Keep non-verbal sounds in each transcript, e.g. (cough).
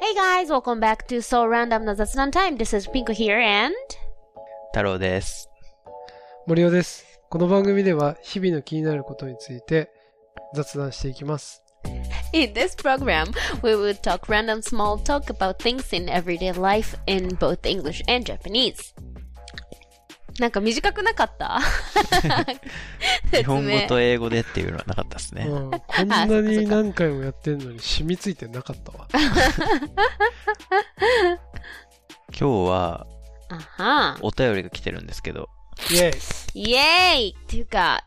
Hey guys, welcome back to So Random な雑談 Time. This is Pinko here and 太郎 (laughs) です。森尾です。この番組では日々の気になることについて雑談していきます。 in this program, we will talk random small talk about things in everyday life in both English and Japanese. なんか短くなかった (laughs) 日本語と英語でっていうのはなかったです (laughs) ね。うん、こんなに何回もやってんのに染みついてな (laughs) かったわ。今日はあはお便りが来てるんですけど、イェイイエーイっていうか、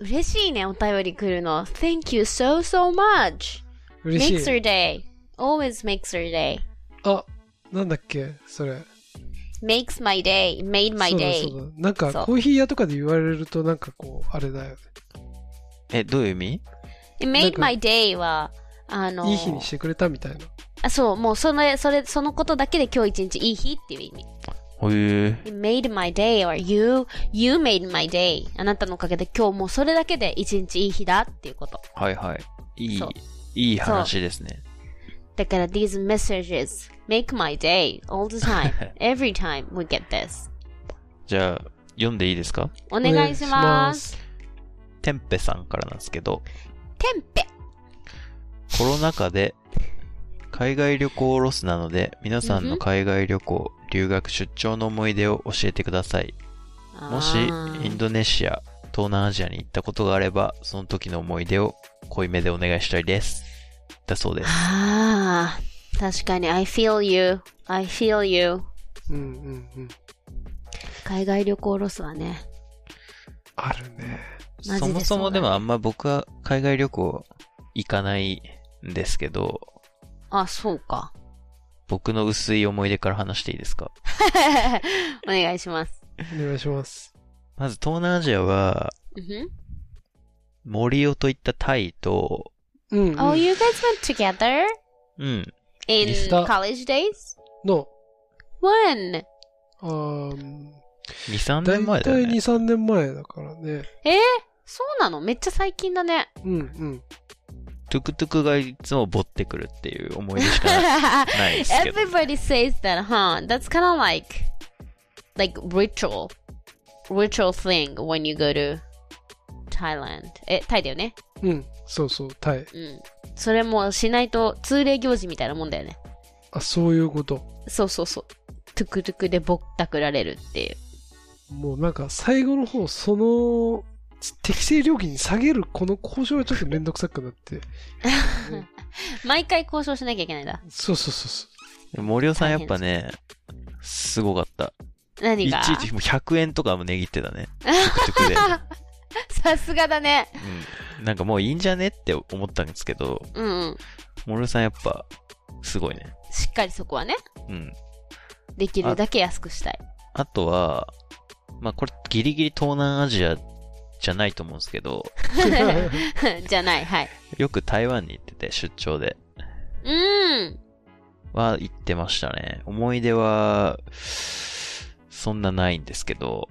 嬉しいね、お便り来るの。Thank you so so much! 嬉 Makes し her い。 day. Always makes her day. あ、なんだっけそれ。 Makes my day. Made my そうだ day. そうだ。なんかそうコーヒー屋とかで言われるとなんかこう、あれだよね。え、どういう意味 It made なんか my day は、あの、いい日にしてくれたみたいな。あそう、もうその、それ、そのことだけで今日一日いい日っていう意味。ほえ It made my day or you, you made my day. あなたのおかげで今日もうそれだけで一日いい日だっていうこと。はいはい。いいそう、いい話ですね。だから these messages make my day all the time. Every time we get this. じゃあ、読んでいいですかお願いします。。テンペさんからなんですけど、テンペコロナ禍で海外旅行ロスなので、皆さうんんうのん海外旅行、留学、出張の思い出を教えてください。もし、インドネシア、東南アジアに行ったことがあれば、その時の思い出を濃いめでお願いしたいです。だそうです。あー確かに I feel you. I feel you. うんうんうん。海外旅行ロスはね。あるね。マジでそうだねそもそもでもあんま僕は海外旅行行かないんですけど、あ、そうか。僕の薄い思い出から話していいですかお願いします。お願いします。まず東南アジアは、うん森尾といったタイと、うん、うん。 Oh, you guys went together うん、 in でした college days? の、 When? あー2、3大年前だ体よ2、ね。 3年前だからね。えーそうなのめっちゃ最近だ (laughs) ね。うんうん。トゥクトゥクがいつもボってくるっていう思い出しかなないです (laughs) けど。 Everybody says that, huh? That's kind of like, like ritual, ritual thing when you go to Thailand. え、タイだよねうん。そうそう、タイ。うん。それもしないと通例行事みたいなもんだよね。あ、そういうこと。そうそうそう。トゥクトゥクでぼったくられるっていう。もうなんか最後の方、その、適正料金に下げるこの交渉がちょっとめんどくさくなって。毎回交渉しなきゃいけないんだ。そうそうそうそ森尾さんやっぱね、すごかった。何いがちいちもう100円とかも値切ってたね。トゥクトゥク (laughs) で。さすがだね。うん。なんかもういいんじゃねって思ったんですけど、うんうん。森尾さんやっぱ、すごいね。しっかりそこはね、うん。できるだけ安くしたい。あとは、まあ、これギリギリ東南アジアじゃないと思うんですけど、う。 (laughs) じゃない、はい。よく台湾に行ってて、出張で。うん。は行ってましたね。思い出は、そんなないんですけど、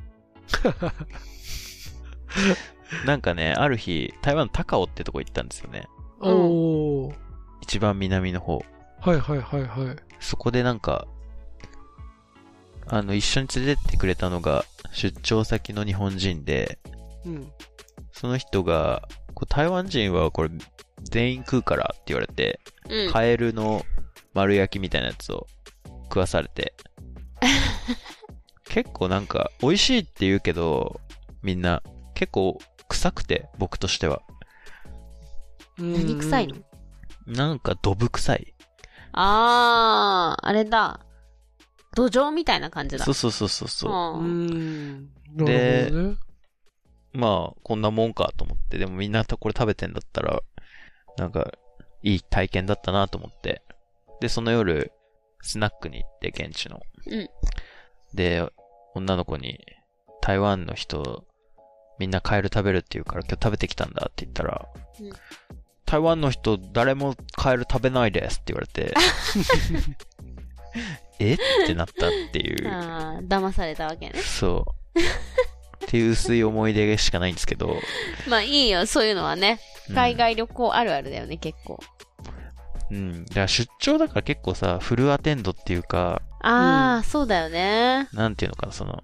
なんかね、ある日、台湾の高尾ってとこ行ったんですよね。おー。一番南の方。はいはいはいはい。そこでなんか、あの、一緒に連れてってくれたのが、出張先の日本人で、うん。。その人が、こう台湾人はこれ、全員食うからって言われて、うん。カエルの丸焼きみたいなやつを食わさ (laughs) れて。結構なんか、美味しいって言うけど、みんな、結構臭くて、僕としては。何臭いのなんか、ドブ臭い。あー、あれだ。土壌みたいな感じだ。そうそうそうそうそううんなでるほどね。う。まあ、こんなもんかと思って、でもみんなこれ食べてんだったら、なんか、いい体験だったなと思って。で、その夜、スナックに行って、現地の。うんで、女の子に、台湾の人、みんなカエル食べるって言うから今日食べてきたんだって言ったら、うん台湾の人誰もカエル食べないですって言わ (laughs) れて、えってなったっていん。う、あー、騙されたわけ (laughs) ね。そう。っていう薄い思い出しかないんですけど、まあいいよ、そういうのはね。うん海外旅行あるあるだよね、結構。うん。だから出張だから結構さ、フルアテンドっていうか、ああ、そうだよね。なんていうのかな、その、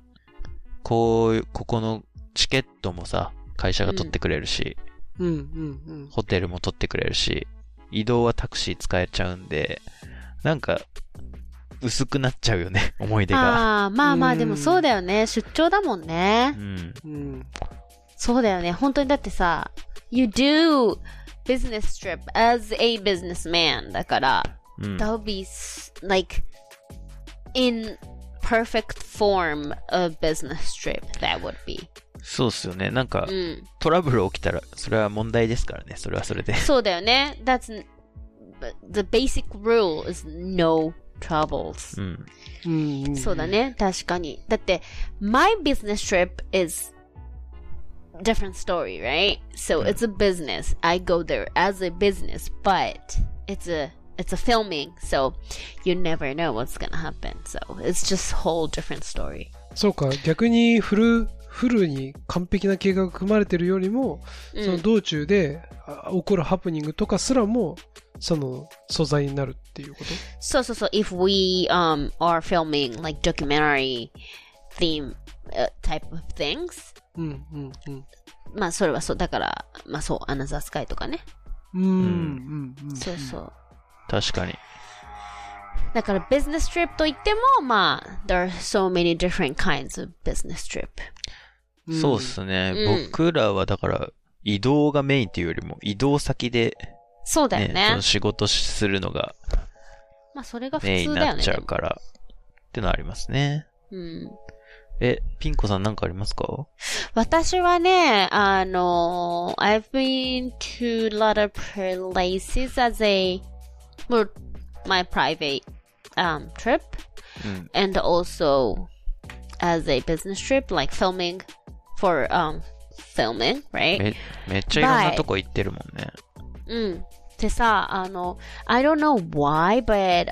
こう、ここのチケットもさ、会社が取ってくれるし、うんうんホテルも取ってくれるし、移動はタクシー使えちゃうんで、なんか、薄くなっちゃうよね、 (laughs) 思い出が。ああ、まあまうあ、んでもそうだよね。出張だもんうね。ん。うん。うん。そうだよね。本当にだってさ、You do business trip as a businessman だから、うん。 that'll be s- like in perfect form a business trip that would be Mm. そうっすよね。なんかう、んトラブル起きたら、それは問題ですからね、それはそれで。そうだよね that's n- but the basic rule is no troubles うん。うんうん。そうだね確かにだって my business trip is different story right so it's a business I go there as a business but it's a it's a filming so you never know what's gonna happen so it's just whole different story そうか、逆にフル、フルに完璧な計画が組まれてるよりも、うんその道中であ起こるハプニングとかすらも、その素材になるっていうこと So so so if we um are filming like documentary theme uh, type of things うんうんうん。まあそれはそうだからまあそうアナザースカイとかね、うんうんうん。そうそう確かに。だから business trip といってもまあ there are so many different kinds of business trip んそうっすね。うん僕らはだから、移動がメインっていうよりも、移動先で、そうだよね、ねその仕事するのがまあそれが普メイン通にだなよっねちゃうから、ってのありますね。うん、え、ピンコさんなんかありますか私はねあの I've been to a lot of places as a well, my private um trip うん。 and also as a business trip, like filming for um filming, right? め、めっちゃいろんなとこ行ってるもんね。 Mm. でさ、あの、I don't know why, but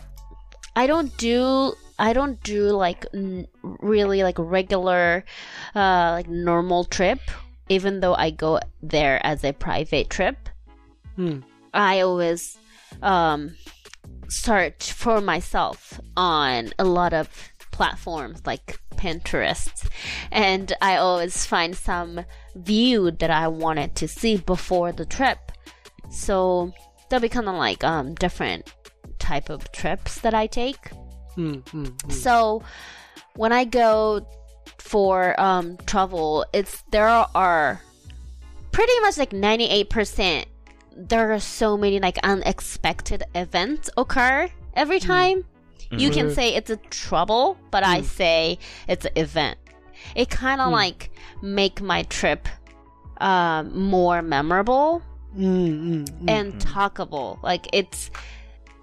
I don't do I don't do like n- really like regular uh like normal trip even though I go there as a private trip. うん。 I always um, search for myself on a lot of platforms like Pinterest, and I always find some view that I wanted to see before the trip. So that'll be kind of like um, different type of trips that I take. うんうん。 So when I go for um, travel, it's there are pretty much like 98%. There are so many like unexpected events occur every time. You can Mhm. say it's a trouble, but I say it's an event. It kind of like make my trip um more memorable うんうんうん。 and talkable. Like it's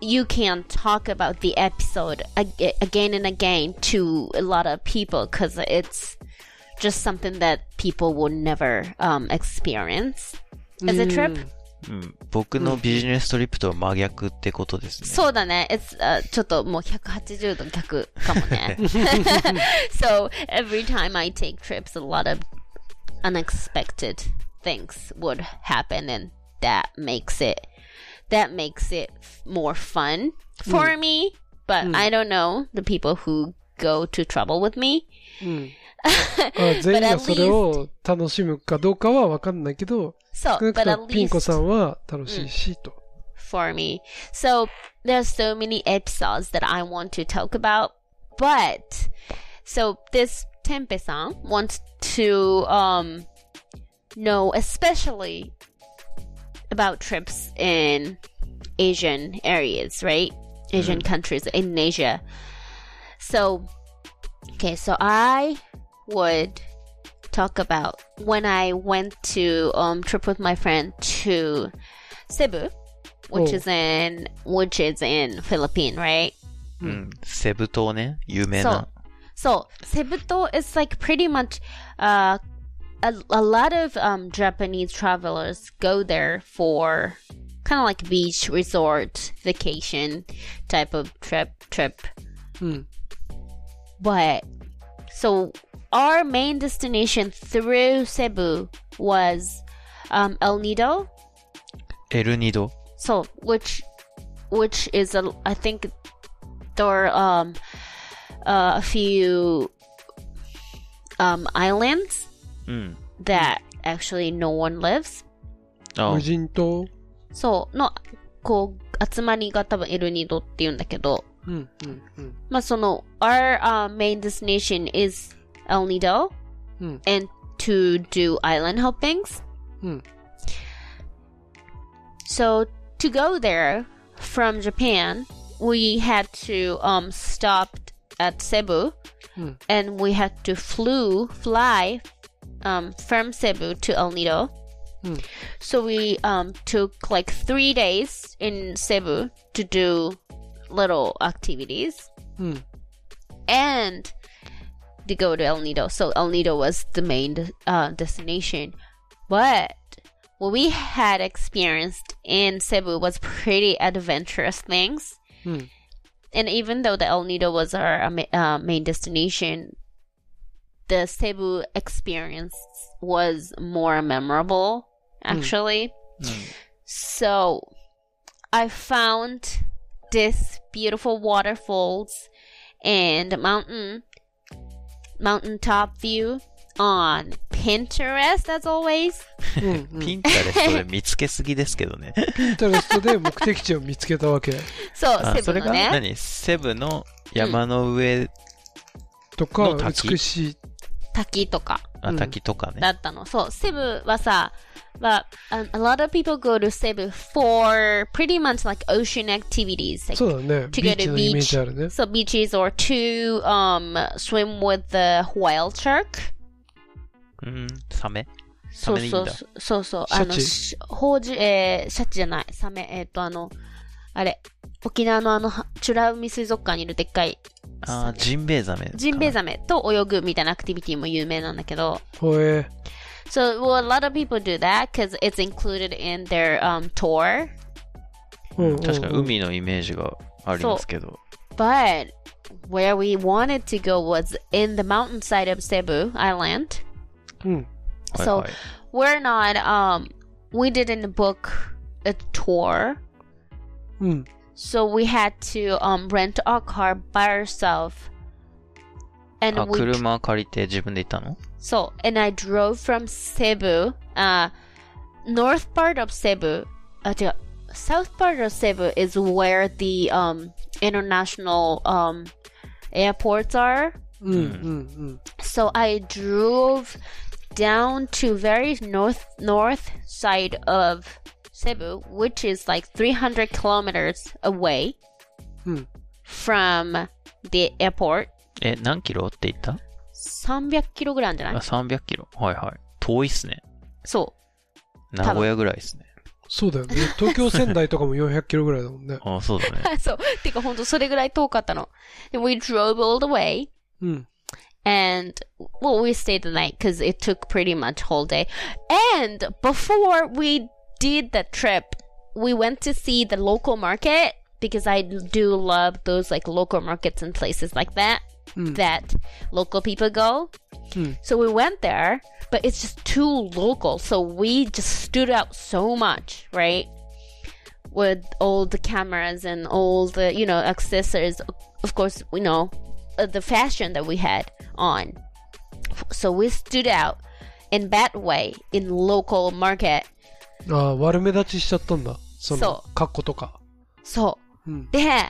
you can talk about the episode ag- again and again to a lot of people because it's just something that people will never um, experience as a trip. うん。僕のビジネストリップとは真逆ってことですね。そうだね。It's, uh, ちょっともう180度逆かもね。so every time I take trips, a lot of unexpected things would happen, and that makes it that makes it f- more fun for me. But I don't know the people who go to trouble with me. うん。あ全員がそれを楽しむかどうかは分かんないけど、 So, 少 but なくと at もピン least コさんは楽しいし、と。 for me. So there's so many episodes that I want to talk about, but so this Tempe-san wants to um know especially about trips in Asian areas, right? Asian countries in Asia. So okay, so I would talk about when I went to um trip with my friend to Cebu, which Oh. is in which is in Philippine, right? うん。セブ島ね、有名そうな。 So Cebu though, is like pretty much uh, a a lot of um, Japanese travelers go there for kind of like beach resort vacation type of trip trip. Hmm. うん。 But so our main destination through Cebu was um, El Nido, エルニド。 so which which is a, I think there are um, uh, a few um, islands うん。 that actually no one lives. あ無人島。そう、の、こう、集まりが多分エルニドって言うんだけど、うん、うん、うん。まあその、our、uh, main destination is El Nido うん、 and to do island helpings. うん。 So to go there from Japan, we had to um stop at Cebu, Hmm. and we had to flew fly um from Cebu to El Nido. Hmm. So we um took like three days in Cebu to do little activities うん。 and to go to El Nido. So El Nido was the main uh, destination, but what we had experienced in Cebu was pretty adventurous things. Hmm. And even though the El Nido was our uh, ma- uh, main destination, the Cebu experience was more memorable, actually. So I found this beautiful waterfalls and mountain mountaintop view on Pinterest as always. うん、うん。ピンタレストで見つけすぎですけ (laughs) どね。インタレストで目的地を見つけたわけ So あそれが Cebu 何セブの山の上、とかの滝美しい、滝とかあ滝とかね。だったの。そう、セブはさ、まあ、um, a lot of people go to Cebu for pretty much like ocean activities. Like, そうだねビ to go ーチ to のイメー beach, ジあるね so beaches or to um, swim with the whale shark. うん、サメそうそうサメでいいんだそうそうそう。シャチあの、しほうじ、えー、シャチじゃない。サメ、えっ、と、あの、あれ、沖縄のあの、は美ら海水族館にいるでっかい、あージンベエザメかな。ジンベエザメと泳ぐみたいなアクティビティも有名なんだけど。ほえ So, well, a lot of people do that because it's included in their um, tour. うんうんうん確かに海のイメージがありますけど。 But where we wanted to go was in the mountainside of Cebu Island. うんはいそうはい We're not, um, we didn't book a tour. うん So we had to um, rent our car by ourselves. And あ、 we 車借りて自分で行ったの so and I drove from Cebu, uh, north part of Cebu. Uh, the south part of Cebu is where the um, international um, airports are. うんうん So I drove down to very north north side of Cebu, which is like 300 kilometers away Hmm. from the airport. え、何キロって言った300キロぐらいあるんじゃあ、ない300キロ。はいはい。遠いっすね。そ名古屋ぐらいっすね。そうだ (laughs) よね東京仙台とかも400キロぐらいだも (laughs) んねあ、そうだね。う。 (laughs) そう。てか本当それぐらい遠かったの。And We drove all the way うん and well we stayed the night because it took pretty much whole day. And before we did the trip, we went to see the local market because I do love those like local markets and places like that うん that local people go. Hmm. So we went there, but it's just too local. So we just stood out so much, right? With all the cameras and all the, you know, accessories. Of course, we know uh, the fashion that we had on. So we stood out in that way in local market. ああ悪目立ちしちゃったんだそのそ格好とか So うんで (laughs)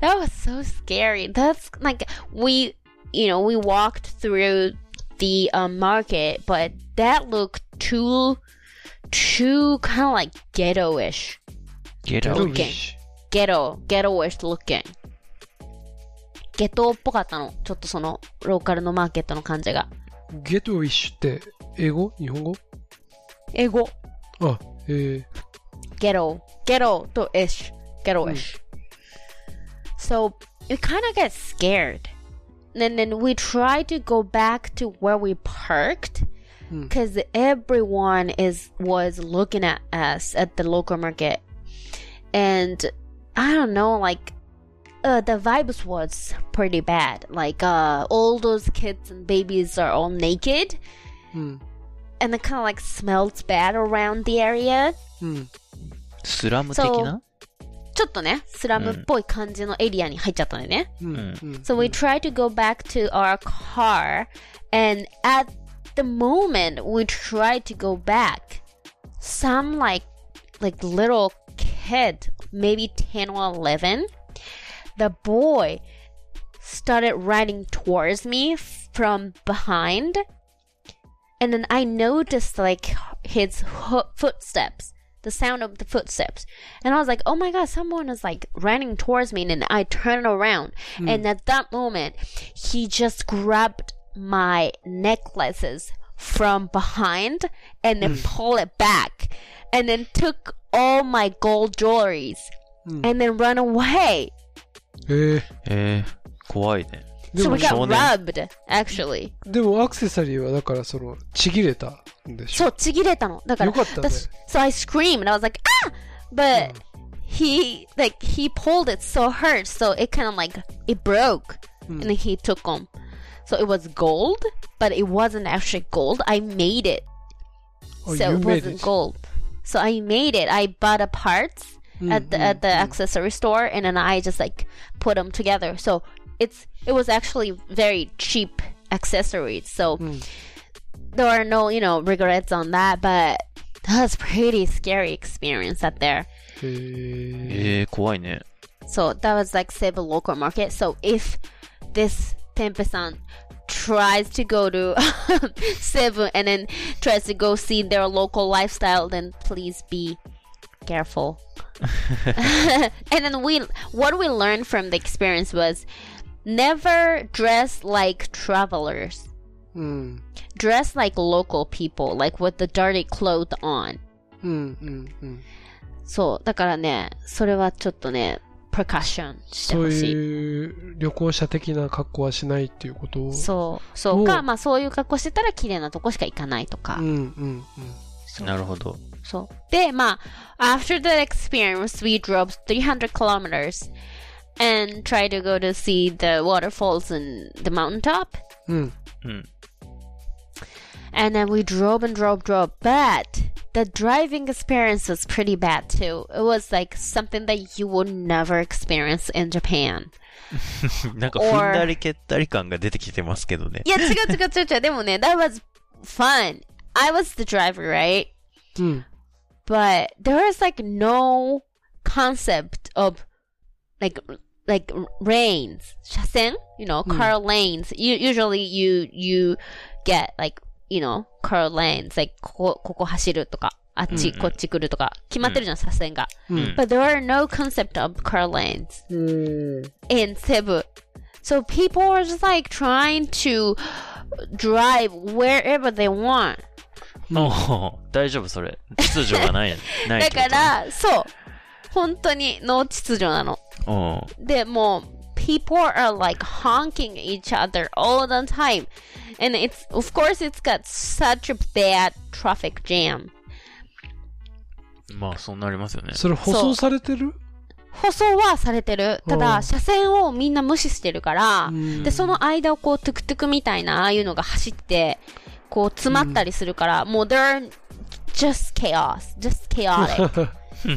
that was so scary. That's like we, you know, we walked through the um, market, but that looked too, too kind of like ghetto-ish, ゲけラどをル ghetto, ghetto-ish looking. ゲトっぽかったの。ちょっとそのローカルのマーケットの感じが。ゲトウィッシュって英語日本語英語。あえゲロ、ゲロと ish、ゲロ ish. So you kind of get scared. And then we try to go back to where we parked Hmm. because everyone is was looking at us at the local market. And I don't know, like uh, the vibes was pretty bad. Like uh, all those kids and babies are all naked ーうん、 and it kind of like smells bad around the area. うん、スラム的なちょっとね、スラムっぽい感じのエリアに入っちゃったんだよね。うんうんうん So we tried to go back to our car, and at the moment we tried to go back, some like like little kid, maybe 10 or 11, the boy started running towards me from behind. And then I noticed like his ho- footsteps, the sound of the footsteps. And I was like, oh my god, someone is like running towards me. And then I turned around. And at that moment, he just grabbed my necklaces from behind and then pulled it back. And then took all my gold jewelries and then run away. ええー、怖いね。で so も we got 少年 robbed, actually. ーでもアクセサリーはだからそのちぎれたんでしょそう、ちぎれたの。だから、よかったね。Mm. that's- So I screamed and I was like, ah! But he, like, he pulled it so hard, so it kind of like, it broke. And Mm. then he took them. So it was gold, but it wasn't actually gold. I made it. Oh, so you it made wasn't it. gold. So I made it. I bought the parts at the at the Mm-hmm. accessory store, and then I just like put them together. So it's it was actually very cheap accessories. So Hmm. there are no you know regrets on that, but that was pretty scary experience out there. へーえー、怖いね。 So that was like Cebu local market. So if this Tempe-san tries to go to (laughs) Cebu and then tries to go see their local lifestyle, then please be careful. (laughs) and then we what we learned from the experience was never dress like travelers. うん。 Dress like local people, like with the dirty clothes on. うんうんうん。そう。だからね、それはちょっとね、プレカッションしてそうほしい。いう旅行者的な格好はしないっていうことを。そう。そううんか、まあそういう格好してたら綺麗なとこしか行かないとか。うんうんなるほど。そう。で、まあ、after that experience, we drove 300 kilometers and tried to go to see the waterfalls and the mountaintop. うん。(laughs) うん。うん。 And then we drove and drove, drove. But the driving experience was pretty bad too. It was like something that you would never experience in Japan. (laughs) なんか Or- 踏んだり蹴ったり感が出てきてますけどねい。や、違う違う違う違う。でもね、that was fun. I was the driver, right? うん。 but there is like no concept of like like lanes 車線 you know Hmm. car lanes you usually you you get like you know car lanes like ここここ走るとかあっち、うんうんこっち来るとか決まってるじゃん、車線が、うん。 but there are no concept of car lanes Hmm. in Cebu so people are just like trying to drive wherever they want (laughs) おー大丈夫それ。秩序が (laughs) ない。ないだってこかとね、ら、そう。本当に脳秩序なの。うん。で、もう、people are like honking each other all the time. And it's, of course, it's got such a bad traffic jam. まあ、そうなりますよね。それ舗装されてる舗装はされてる。たうだ、ん車線をみんな無視してるからう、んで、その間をこう、トゥクトゥクみたいな、ああいうのが走って、こう、詰まったりするから、もう、they're just chaos. Just chaotic. (laughs) (laughs)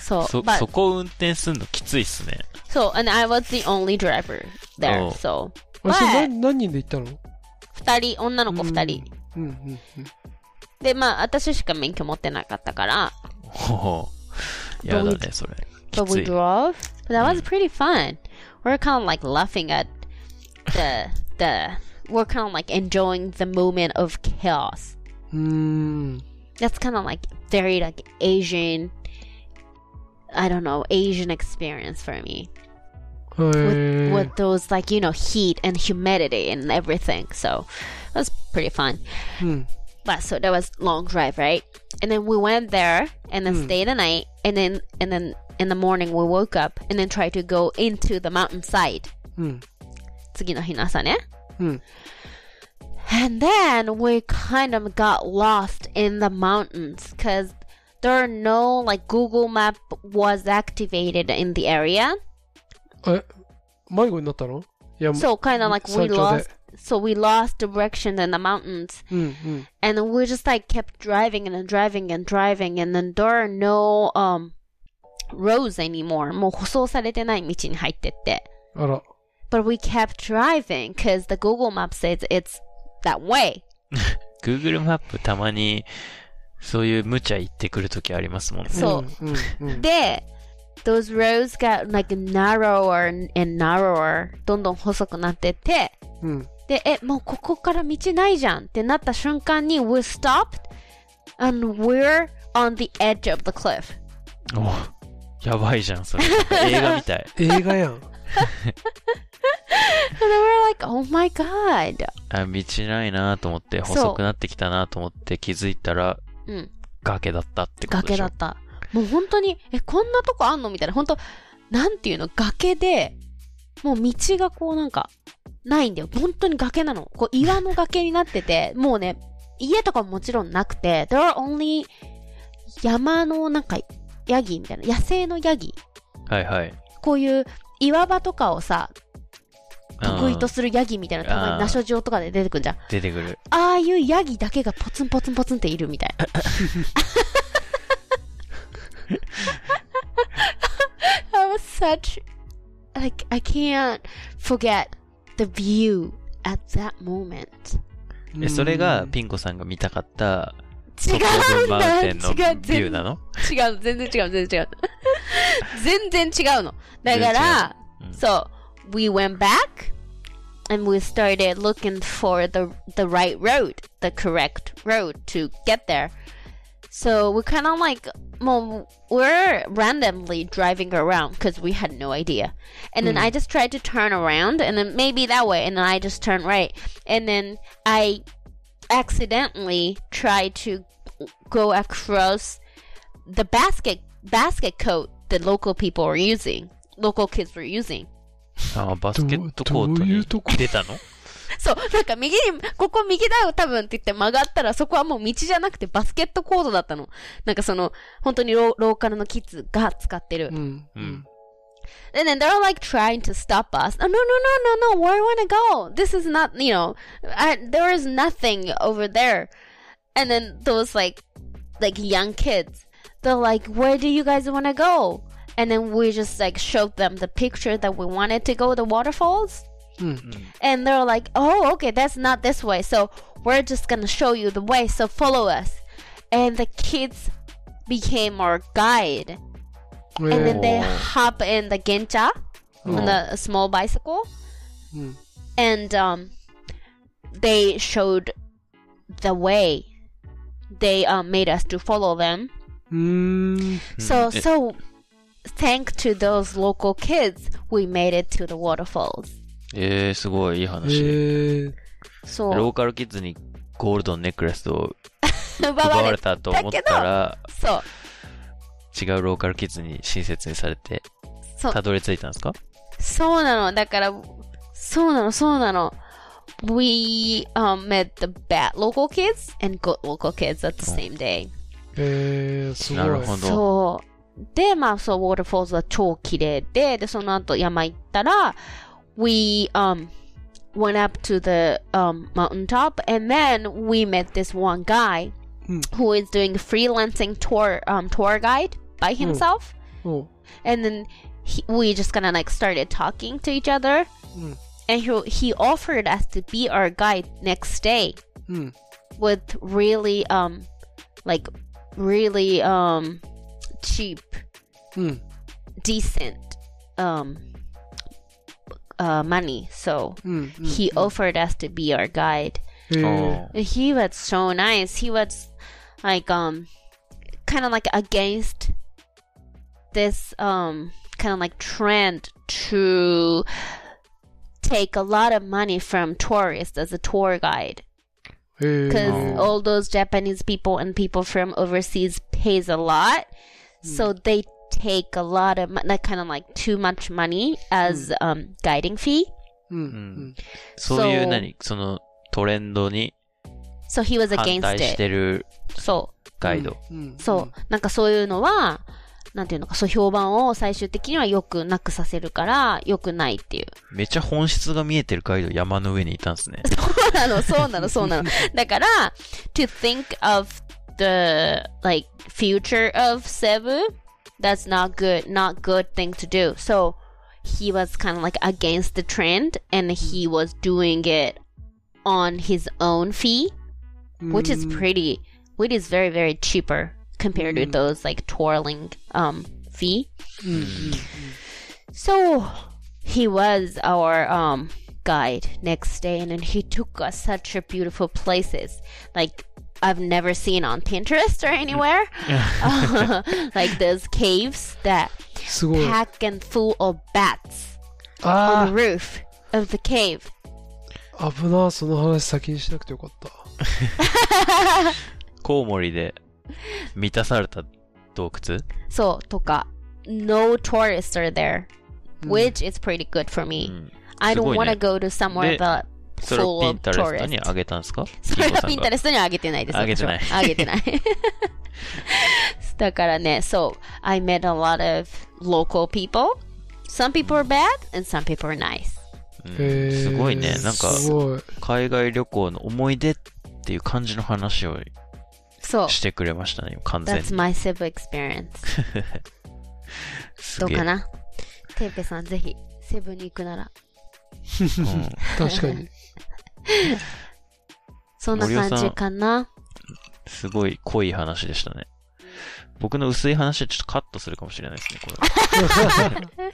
そう。そ、 But- そこを運転するのきついっすね。 So, and I was the only driver there. Oh. So, あそれ but 何何人で行ったの二人、女の子二人。うんうんで、まあ、私しか免許持ってなかったから。ほほ (laughs) やだね、それ。き But つ we い。 drove. Hmm. But that was pretty fun. We're kind of like laughing at the, the, we're kind of like enjoying the moment of chaos. うん。う That's kind of like very like Asian, I don't know, Asian experience for me. ーん。 with, へ with those like you know heat and humidity and everything so that was pretty fun Hmm. but so that was long drive right and then we went there and then stayed the night and then and then in the morning we woke up and then tried to go into the mountainside うん。次の日の朝ね。うん。 and then we kind of got lost in the mountains because there are no like google map was activated in the area え、迷子になったのいや、 So kind of like we 山頂で。 lost, so we lost direction in the mountains, うんうん。 and we just like kept driving and then driving and driving, and then there are no um roads anymore. もう舗装されてない道に入ってって。あら。。But we kept driving because the Google map says it's that way. Google マップたまに、そういう無茶言ってくるときありますもんね。そううん (laughs) うん、で、those roads got like narrower and narrower. どんどん細くなってって。うん。で、え、もうここから道ないじゃんってなった瞬間に、we stopped and we're on the edge of the cliff. おやばいじゃん、それ。映画みたい。 (laughs) 映 (laughs) 画やん。 And then we're like, oh my god. あ、道ないなと思って、そう細くなってきたなと思って気づいたら、うん。崖だったってこと崖でしょだった。もう本当に、え、こんなとこあんのみたいな。本当なんていうの、崖で、もう道がこうなんか、ないんだよ。本当に崖なの。こう岩の崖になってて、もうね、家とかももちろんなくて、there are only 山のなんか、ヤギみたいな、野生のヤギ。はいはい。こういう岩場とかをさ、得意とうんするヤギみたいな、たまにナショジオとかで出てくんじゃん。出てくる。ああいうヤギだけがポツンポツンポツンっているみたいな。I was such like I can't forget the view at that moment. え、それうがんピンコさんが見たかった、違うんだ。違ンのビュう。ーなの違う。全然違う。全然違う。全然違うの。だから、全然違ううん so we went back and we started looking for the the right road, the correct road to get there. So we kind of like, well, we're randomly driving around because we had no idea. And Mm. then I just tried to turn around, and then maybe that way, and then I just turned right. And then I accidentally tried to go across the basket basket coat that local people were using, local kids were using. あ、バスケットコーどトういにうとこ出たのそう、なんか右に、ここ右だよ多分って言って曲がったら、そこはもう道じゃなくてバスケットコートだったの。なんかその、本当にローローカルのキッズが使ってる。うん。ううんん。 And then they're like trying to stop us. Oh, no, no, no, no, no. Where I want to go? This is not, you know, I, there is nothing over there. And then those like, like young kids, they're like, where do you guys want to go? And then we just like showed them the picture that we wanted to go, the waterfalls. うん。 And they're like, oh, okay, that's not this way. So we're just gonna show you the way. So follow us. And the kids became our guide. え And then ー they Oh. hop in the gencha うん on the small bicycle, うん。 and um, they showed the way. They um, made us to follow them. うーん。 So うんえ so, thanks to those local kids, we made it to the waterfalls. えー、すごいいいえ話。ー、ロ So, (laughs) ーカルキッズにゴールドのネックレスを奪われ so, たと思ったら、 so, 違うローカルキッズに親切にされて、 so たどり着いたんですかそうなの。だから、そうなの、そうなの。We um, met the bad local kids and good local kids at the same day. えー、すごい。なるほどそう。で、まあ、そう、waterfalls は超綺麗で、で、その後山行ったら、We um, went up to the um, mountaintop and then we met this one guy うん。 who is doing freelancing tour, um, tour guide by himself. おう And then he, we just kind of like started talking to each other. うん。 and he, he offered us to be our guide next day うん。 with really um like really um cheap うん。 decent um uh money so うん。うん he offered us to be our guide えー、おー And he was so nice he was like um kind of like against this um kind of like trend to take a lot of money from tourists as a tour guide えー、 because Oh. all those Japanese people and people from overseas pays a lot, so they take a lot of mo- like kind of like too much money as um guiding fee. うん。ううんん。そういうそう何そのトレンドに So he was 反 against 対し it. てるそう。ガイド。うん。そう、なんかそういうのは、なんていうのか、そう評判を最終的にはよくなくさせるから、よくないっていう。めっちゃ本質が見えてるガイド山の上にいたん (laughs) ですね。そうなの、そうなの、そうなの。だから、to think of the like future of Cebu that's not good, not good thing to do. So he was kind of like against the trend and he was doing it on his own fee, which is うん pretty, which is very, very cheaper compared to Mm. those like twirling um fee. うんうん So he was our um guide next day and then he took us such a beautiful places like I've never seen on Pinterest or anywhere. (laughs) like those caves that すごい。あ pack and full of bats on あ the roof of the cave. (laughs) ー、危な、その話先にしなくてよかった。コウモリで満たされた洞窟 So toka. No tourists are there. うん Which is pretty good for う me. ん。 I don't すごいね。 want to go to somewhere で、 that それ full をピン of タレストに tourists. あげたんですか (laughs) それはピピンンコタさんがレストにはあげてないです。あげてない私はあげてない。 (laughs) だからね、そう、I met a lot of local people. Some people are bad and some people are nice. うんすごいね。なんか、すごい。海外旅行の思い出っていう感じの話をそう、してくれましたね、今完全 that's に。 (laughs) my Cebu experience. すどうげえかなテンペさん、ぜひ、セブンに行くなら。うん確か (laughs) に。そんな感じかなすごい濃い話でしたね。僕の薄い話はちょっとカットするかもしれないです (laughs) ね、これ。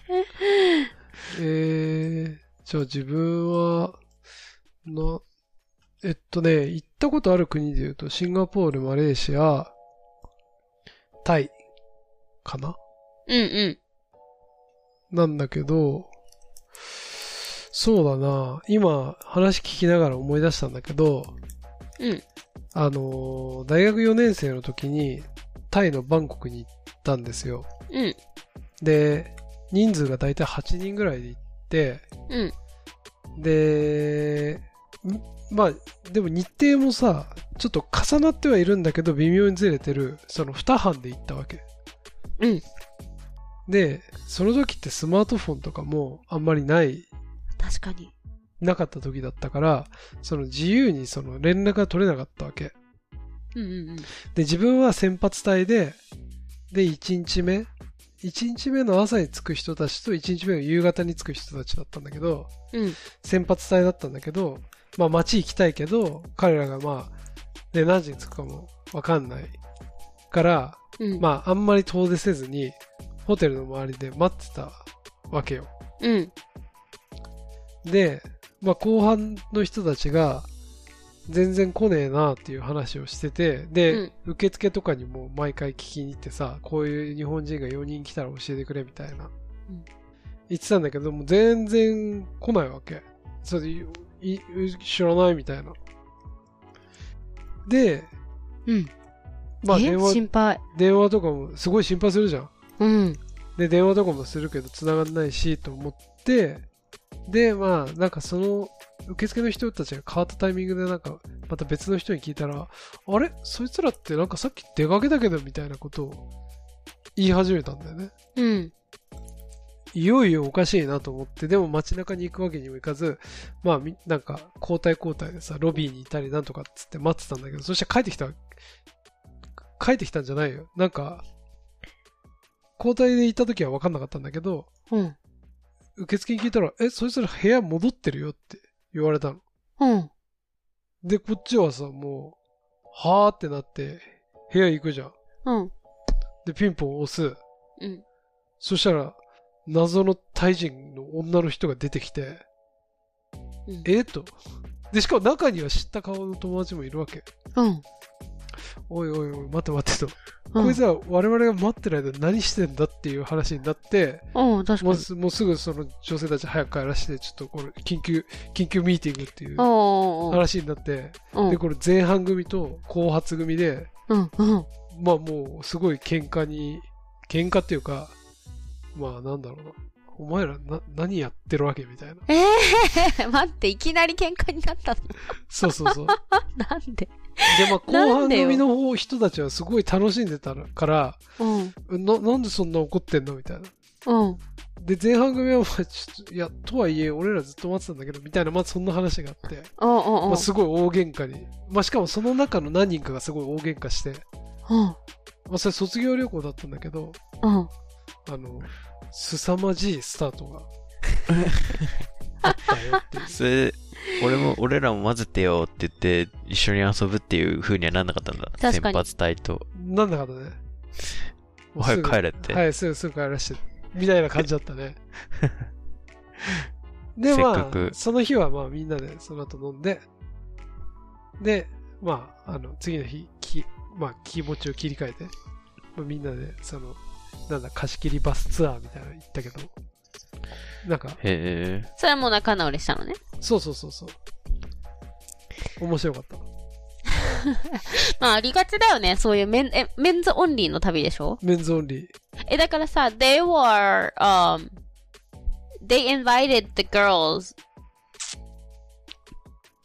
えー、じゃあ自分は、な、えっとね、行ったことある国で言うと、シンガポール、マレーシア、タイ、かなうんうん。なんだけど、そうだな、今話聞きながら思い出したんだけど、うんあのー、大学4年生の時に、タイのバンコクに行ったんですよ。うん。で、人数が大体8人ぐらいで行って、うん。で、んまあ、でも日程もさ、ちょっと重なってはいるんだけど、微妙にずれてる、その2班で行ったわけ。うん。で、その時ってスマートフォンとかもあんまりない、確かに。なかった時だったから、その自由にその連絡が取れなかったわけ。うんうんうん。で、自分は先発隊で、で、1日目、1日目の朝に着く人たちと1日目の夕方に着く人たちだったんだけど、うん。先発隊だったんだけど、まあ街行きたいけど、彼らがまあ、ね、何時に着くかもわかんないから、うん。まああんまり遠出せずに、ホテルの周りで待ってたわけよ。うん。で、まあ後半の人たちが、全然来ねえなっていう話をしてて、で、うん受付とかにも毎回聞きに行ってさ、こういう日本人が4人来たら教えてくれみたいな。うん言ってたんだけど、もう全然来ないわけ。それいい知らないみたいな。で、うん。まあえ電話心配。電話とかもすごい心配するじゃん。うん。で、電話とかもするけど、繋がんないし、と思って、で、まあ、なんかその、受付の人たちが変わったタイミングで、なんか、また別の人に聞いたら、あれそいつらってなんかさっき出かけたけど、みたいなことを言い始めたんだよね。うん。いよいよおかしいなと思って、でも街中に行くわけにもいかず、まあ、みなんか、交代交代でさ、ロビーにいたりなんとかっつって待ってたんだけど、そして帰ってきた、帰ってきたんじゃないよ。なんか、交代で行った時は分かんなかったんだけど、うん。受付に聞いたら、え、そいつら部屋戻ってるよって言われたの。うん。で、こっちはさ、もう、はーってなって、部屋行くじゃん。うん。で、ピンポン押す。うん。そしたら、謎のタイ人の女の人が出てきて、うんえっと。で、しかも中には知った顔の友達もいるわけ。うん。おいおいおい、待って待ってと。うんこいつは我々が待ってる間何してんだっていう話になって、うん、確かもうに。すもうすぐその女性たち早く帰らして、ちょっとこれ、緊急、緊急ミーティングっていうおー話になって、おーおーでこれ前半組と後発組でうん。うん。うん。まあもうすごい喧嘩に喧嘩っていうかまあなんだろうなお前らな何やってるわけみたいなええ (laughs) 待って、いきなり喧嘩になったの。 (laughs) そうそうそうでなんで (laughs) まあ後な半んでよ組の方人たちはすごい楽しんでたからうん。ななんでそんな怒ってんのみたいなうん。で前半組はまあちょっといやとはいえ俺らずっと待ってたんだけどみたいなまあそんな話があって、うんうんうんまあ、すごい大喧嘩にまあしかもその中の何人かがすごい大喧嘩してうん。まあ、それ卒業旅行だったんだけど、うん。あの、凄まじいスター (laughs) トがあったよっていう。それ、俺も、俺らも混ぜてよって言って、一緒に遊ぶっていう風にはなんなかったんだ。かに先発隊と。なんだかったね。お早く帰れっすぐて。はい、すぐすぐ帰らして、みたいな感じだっ (laughs) たね。で、せっまかあく、その日はまあみんなでその後飲んで、で、まあ、あの、次の日、きまあ、気持ちを切り替えて、まあ、みんなで、その、なんだ、貸し切りバスツアーみたいなの行ったけど、なんか、へえ。 (laughs) それも仲直りしたのね。そうそうそうそう。面白かった。まあ、ありがちだよね。そういうメン、え、メンズオンリーの旅でしょメンズオンリー。え、だからさ、they were, um, they invited the girls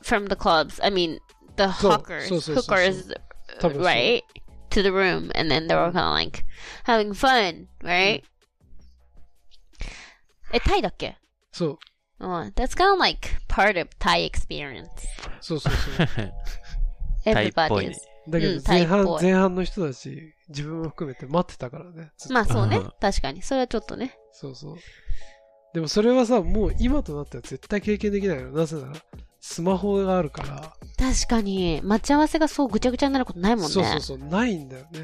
from the clubs. I mean, the そう hookers, そうそうそうそう hookers, 多分そう right? To the room, and then they were kind of like having fun, right? え、タイだっけそう、うん。That's kind of like part of Thai experience. そうそうそう。タイっぽ Everybody い is. だけうどん前タイ半っ、ぽい前半の人たち、自分も含めて待ってたからね。ずっとまあそうねうん。確かに。それはちょっとね。そうそう。でもそれはさ、もう今となっては絶対経験できないの。なぜなら、スマホがあるから、確かに、待ち合わせがそうぐちゃぐちゃになることないもんね。そうそうそう、ないんだよね。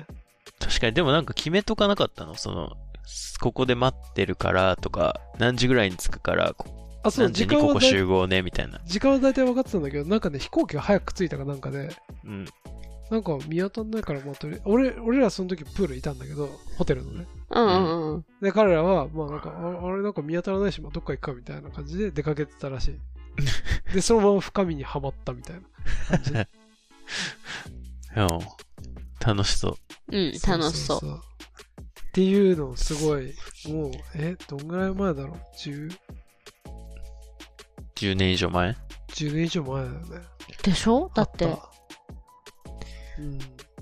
確かに、でもなんか決めとかなかったのその、ここで待ってるからとか、何時ぐらいに着くから、こあ、そう、何時時に間こはこだい集合ね、みたいな。時間は大体分かってたんだけど、なんかね、飛行機が早く着いたかなんかで、うん。なんか見当たんないから、まあ、とりあえず俺、俺らその時プールいたんだけど、ホテルのね。うんうんうん。で、彼らは、まあなんか、ああれなんか見当たらないし、まあどっか行くかみたいな感じで出かけてたらしい。 (laughs) で、そのまま深みにはまったみたいな感じ。うん楽しそう。うん、楽しそう。う。っていうのをすごい、もう、え、どんぐらい前だろう ?10、 10年以上前10年以上前だよね。でしょだってあ。た。うん。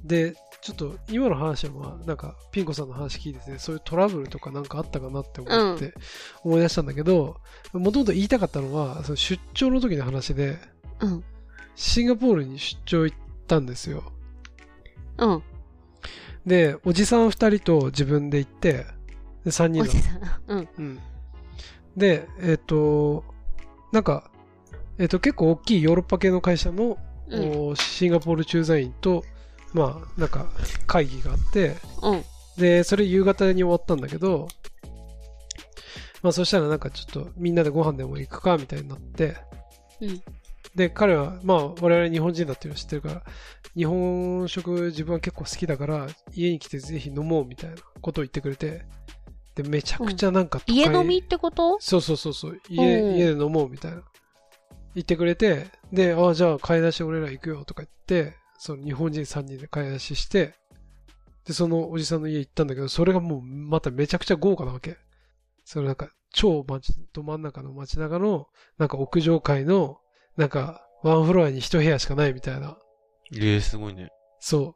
で、ちょっと今の話はまあ、なんか、ピン子さんの話聞いてて、そういうトラブルとかなんかあったかなって思って、思い出したんだけど、もともと言いたかったのは、その出張の時の話で、うん。シンガポールに出張行ったんですよ。うん。で、おじさん2人と自分で行って、で、3人おのじさん。うん。うん、で、えっ、と、なんか、えっ、と、結構大きいヨーロッパ系の会社の、うん。おシンガポール駐在員と、まあ、なんか、会議があって、うん。で、それ夕方に終わったんだけど、まあ、そしたらなんかちょっとみんなでご飯でも行くかみたいになって、うんで、彼は、まあ、我々日本人だっていうの知ってるから、日本食自分は結構好きだから、家に来てぜひ飲もうみたいなことを言ってくれて、で、めちゃくちゃなんか都会、家飲みってことそうそうそうそう家,、うん家で飲もうみたいな言ってくれてであじゃあ買い出し俺ら行くよとか言ってその日本人3人で買い出ししてでそのおじさんの家行ったんだけどそれがもうまためちゃくちゃ豪華なわけそのなんか超街ど真ん中の街中のなんか屋上階のなんかワンフロアに一部屋しかないみたいなええ、すごいね。そ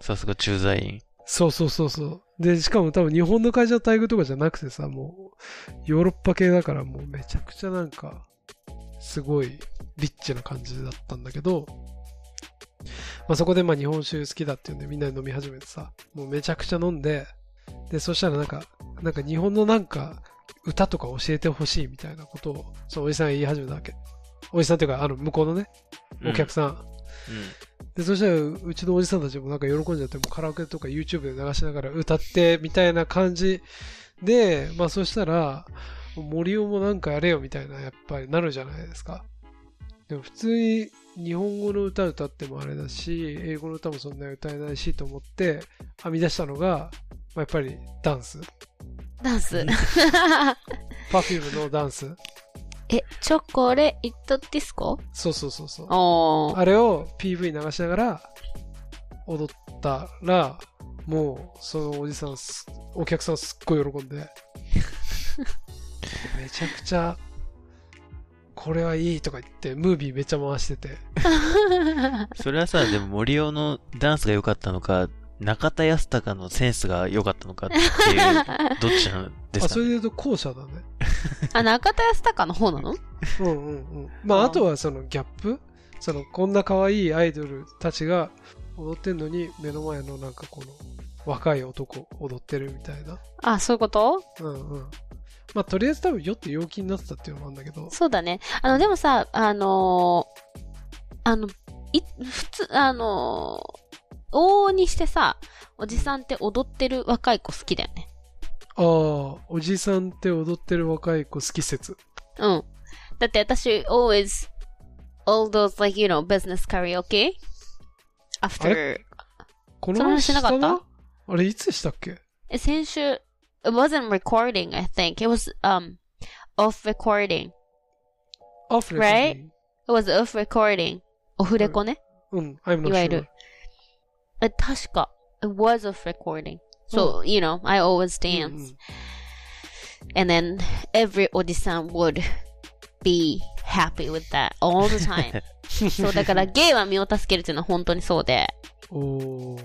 うさすが駐在員。そうそうそうそう。で、しかも多分日本の会社の待遇とかじゃなくてさ、もうヨーロッパ系だからもうめちゃくちゃなんか、すごいリッチな感じだったんだけど、まあそこでまあ日本酒好きだっていうんでみんなで飲み始めてさ、もうめちゃくちゃ飲んで、で、そしたらなんか、なんか日本のなんか歌とか教えてほしいみたいなことを、そのおじさんが言い始めたわけ。おじさんっていうか、あの向こうのね、お客さんうで、そしたら、ううちのおじさんたちもなんか喜んじゃって、もうカラオケとか YouTube で流しながら歌って、みたいな感じで、まあそしたら、森尾もなんかやれよ、みたいな、やっぱりなるじゃないですか。でも普通に日本語の歌歌ってもあれだし、英語の歌もそんなに歌えないしと思って、編み出したのが、まあ、やっぱりダンス。ダンス。 (laughs) Perfume のダンス。え、チョコレートディスコそうそうそうそう。おー。あれを PV 流しながら踊ったら、もうそのおじさんす、お客さんすっごい喜んで、めちゃくちゃ、これはいいとか言って、ムービーめっちゃ回してて、ん。それはさ、でも森尾のダンスが良かったのか、中田康隆のセンスが良かったのかっていう、 (laughs) どっちなんですか、あそれね、で言うと後者だね。 (laughs) あ、中田康隆の方なのうんうんうん。まあ、あーあとはそのギャップその、こんな可愛いアイドルたちが踊ってんのに、目の前のなんかこの、若い男踊ってるみたいな。あ、そういうことうんうん。まあ、とりあえず多分酔って陽気になってたっていうのもあるんだけど。そうだね。あの、でもさ、あのーあの、い、普通、あのー往々にしてさ、おじさんって踊ってる若い子好きだよね。ああ、おじさんって踊ってる若い子好き説。うん。だって私、always, all those, like, you know, business karaoke? あ After, こそのの話話したなかったなあれいつしたっけえ先週、it wasn't recording, I think. It was, um, off recording. アフレコに It was off recording. オフレコね。うん、I'm not いわゆ sure. るえ、確か。It was off recording. So, you know, I always うんう dance. ん And then every おじさん would be happy with that all the (laughs) time. そう、だからゲイは身を助けるっていうのは本当にそうで。おー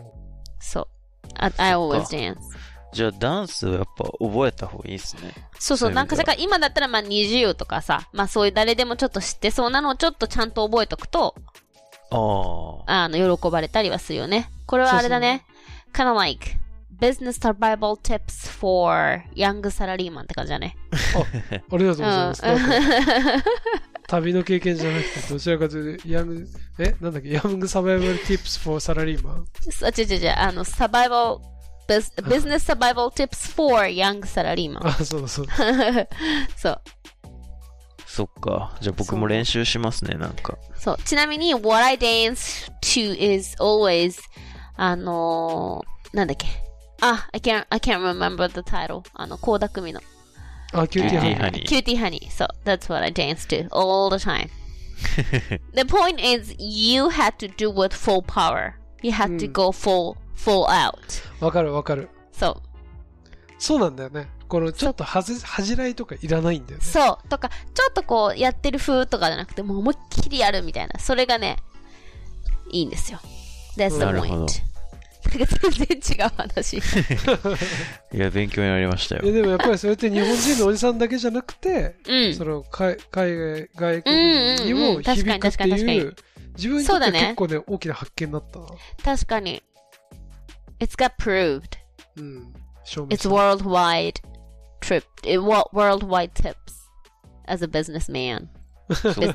そう。I, I そ always っか dance. じゃあダンスをやっぱ覚えた方がいいですね。そうそそうう、いう意味なんかでさは、今だったらまあ20とかさ、まあそういう誰でもちょっと知ってそうなのをちょっとちゃんと覚えとくと、ああ。あの、喜ばれたりはするよね。これはあれだね。kind of like business survival tips for young salaryman って感じだね。ありがとうございます。なんかうん。旅の経験じゃなくて、どちらかというと、ヤング、えなんだっけ、ヤングサバイバルティップス for サラリーマン。 (laughs) そう違う違う違う、あの、survival, bus- business survival tips for young salaryman。 (laughs) あ、そうだそうだ。そう。そっか。じゃあ僕そもう練習しますね、なんか。そう。ちなみに、what I dance to is always, あのー、なんだっけ。あ、I Ah, can't, I can't remember the title. あの、倖田來未の。あ、キューティーハニー。 Honey Cutie Honey. So that's what I dance to all the time. the point is, you had to do with full power. You had to Mm. go full, full out. わかるわかる。 So そうなんだよね。このちょっとはず恥じらいとかいらないんだよね。そうとかちょっとこうやってる風とかじゃなくてもう思いっきりやるみたいなそれがねいいんですよ That's the なるほ point どなんか全然違う話 (laughs) いや、勉強になりましたいやよ。でもやっぱりそれって日本人のおじさんだけじゃなくて、うんその海海外外国にうんうんうもん確か響にくっ確てかにい確う、自分にとそうっだてね結構ね、大きな発見だったな。確かに It's got proved うん。証明し It's た worldwide trip it wa- worldwide tips as a businessman そっ business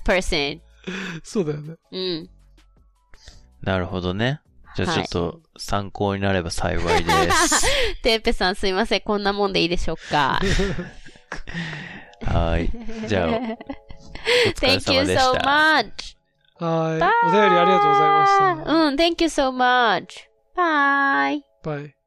(laughs) か。 business person (laughs) そうだよ (laughs) ね。うんなるほどね。じゃあちはょいっと参考になれば幸 (laughs) いです。テーペさんすいませんこんなもんでいいでしょうかはい。じゃあ、お疲れ Thank you 様でし so た。 much は Bye い。お便りありがとうございました。うん Thank you so much Bye バイ。